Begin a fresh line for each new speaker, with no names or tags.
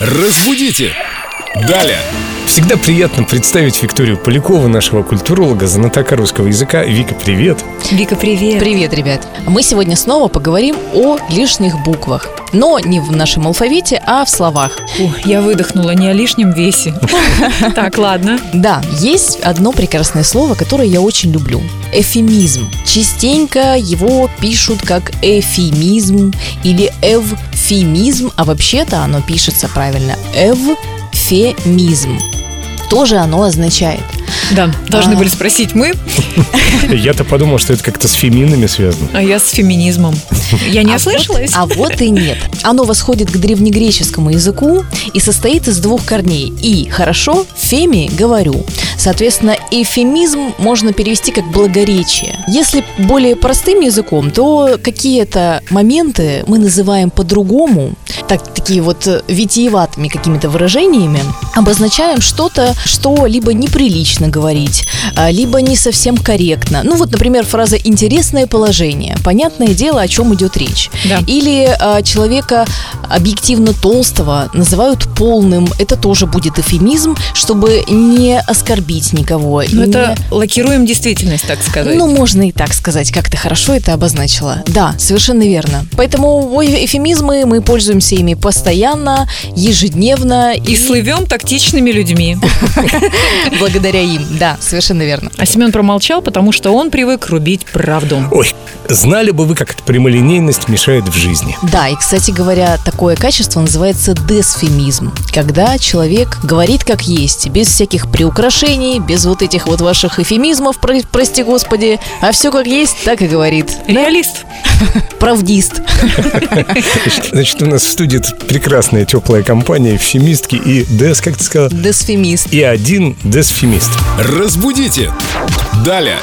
Разбудите! Далее!
Всегда приятно представить Викторию Полякову, нашего культуролога, знатока русского языка. Вика, привет!
Вика, привет.
Привет, ребят! Мы сегодня снова поговорим о лишних буквах. Но не в нашем алфавите, а в словах.
Ой, я выдохнула не о лишнем весе. Так, ладно.
Да, есть одно прекрасное слово, которое я очень люблю. Эфемизм. Частенько его пишут как эфемизм или эвфемизм, а вообще-то оно пишется правильно эвфемизм. Тоже оно означает.
Да, должны
А.
были спросить мы,
Я-то подумал, что это как-то с феминами связано.
а я с феминизмом. Я не
А
ослышалась?
Вот, а вот и нет. Оно восходит к древнегреческому языку и состоит из двух корней. И хорошо, феми говорю. Соответственно, эфемизм можно перевести как благоречие. Если более простым языком, то какие-то моменты мы называем по-другому, так, такие вот э, витиеватыми какими-то выражениями, обозначаем что-то, что либо неприлично говорить, а, либо не совсем корректно. Ну вот, например, фраза «интересное положение». Понятное дело, о чем идет речь.
Да.
Или а, человека объективно толстого называют полным. Это тоже будет эфемизм, чтобы не оскорбить никого.
Ну,
не-
это лакируем действительность, так сказать.
а ну, можно и так сказать, как ты хорошо это обозначила. Да, совершенно верно. Поэтому ой, эфемизмы, мы пользуемся ими постоянно, ежедневно
И
и
слывем тактичными людьми.
благодаря им. Да, совершенно верно.
А Семен промолчал, потому что он привык рубить правду.
Ой, знали бы вы, как эта прямолинейность мешает в жизни.
Да, и, кстати говоря, такое качество называется десфемизм, когда человек говорит как есть, без всяких приукрашений, без вот этих вот ваших эфемизмов, про- прости господи, а все как есть, так и говорит.
Реалист.
Правдист.
Значит, у нас в студии тут прекрасная теплая компания, фемистки и дес, как ты сказал,
Десфемист.
и один десфемист.
Разбудите! Далее!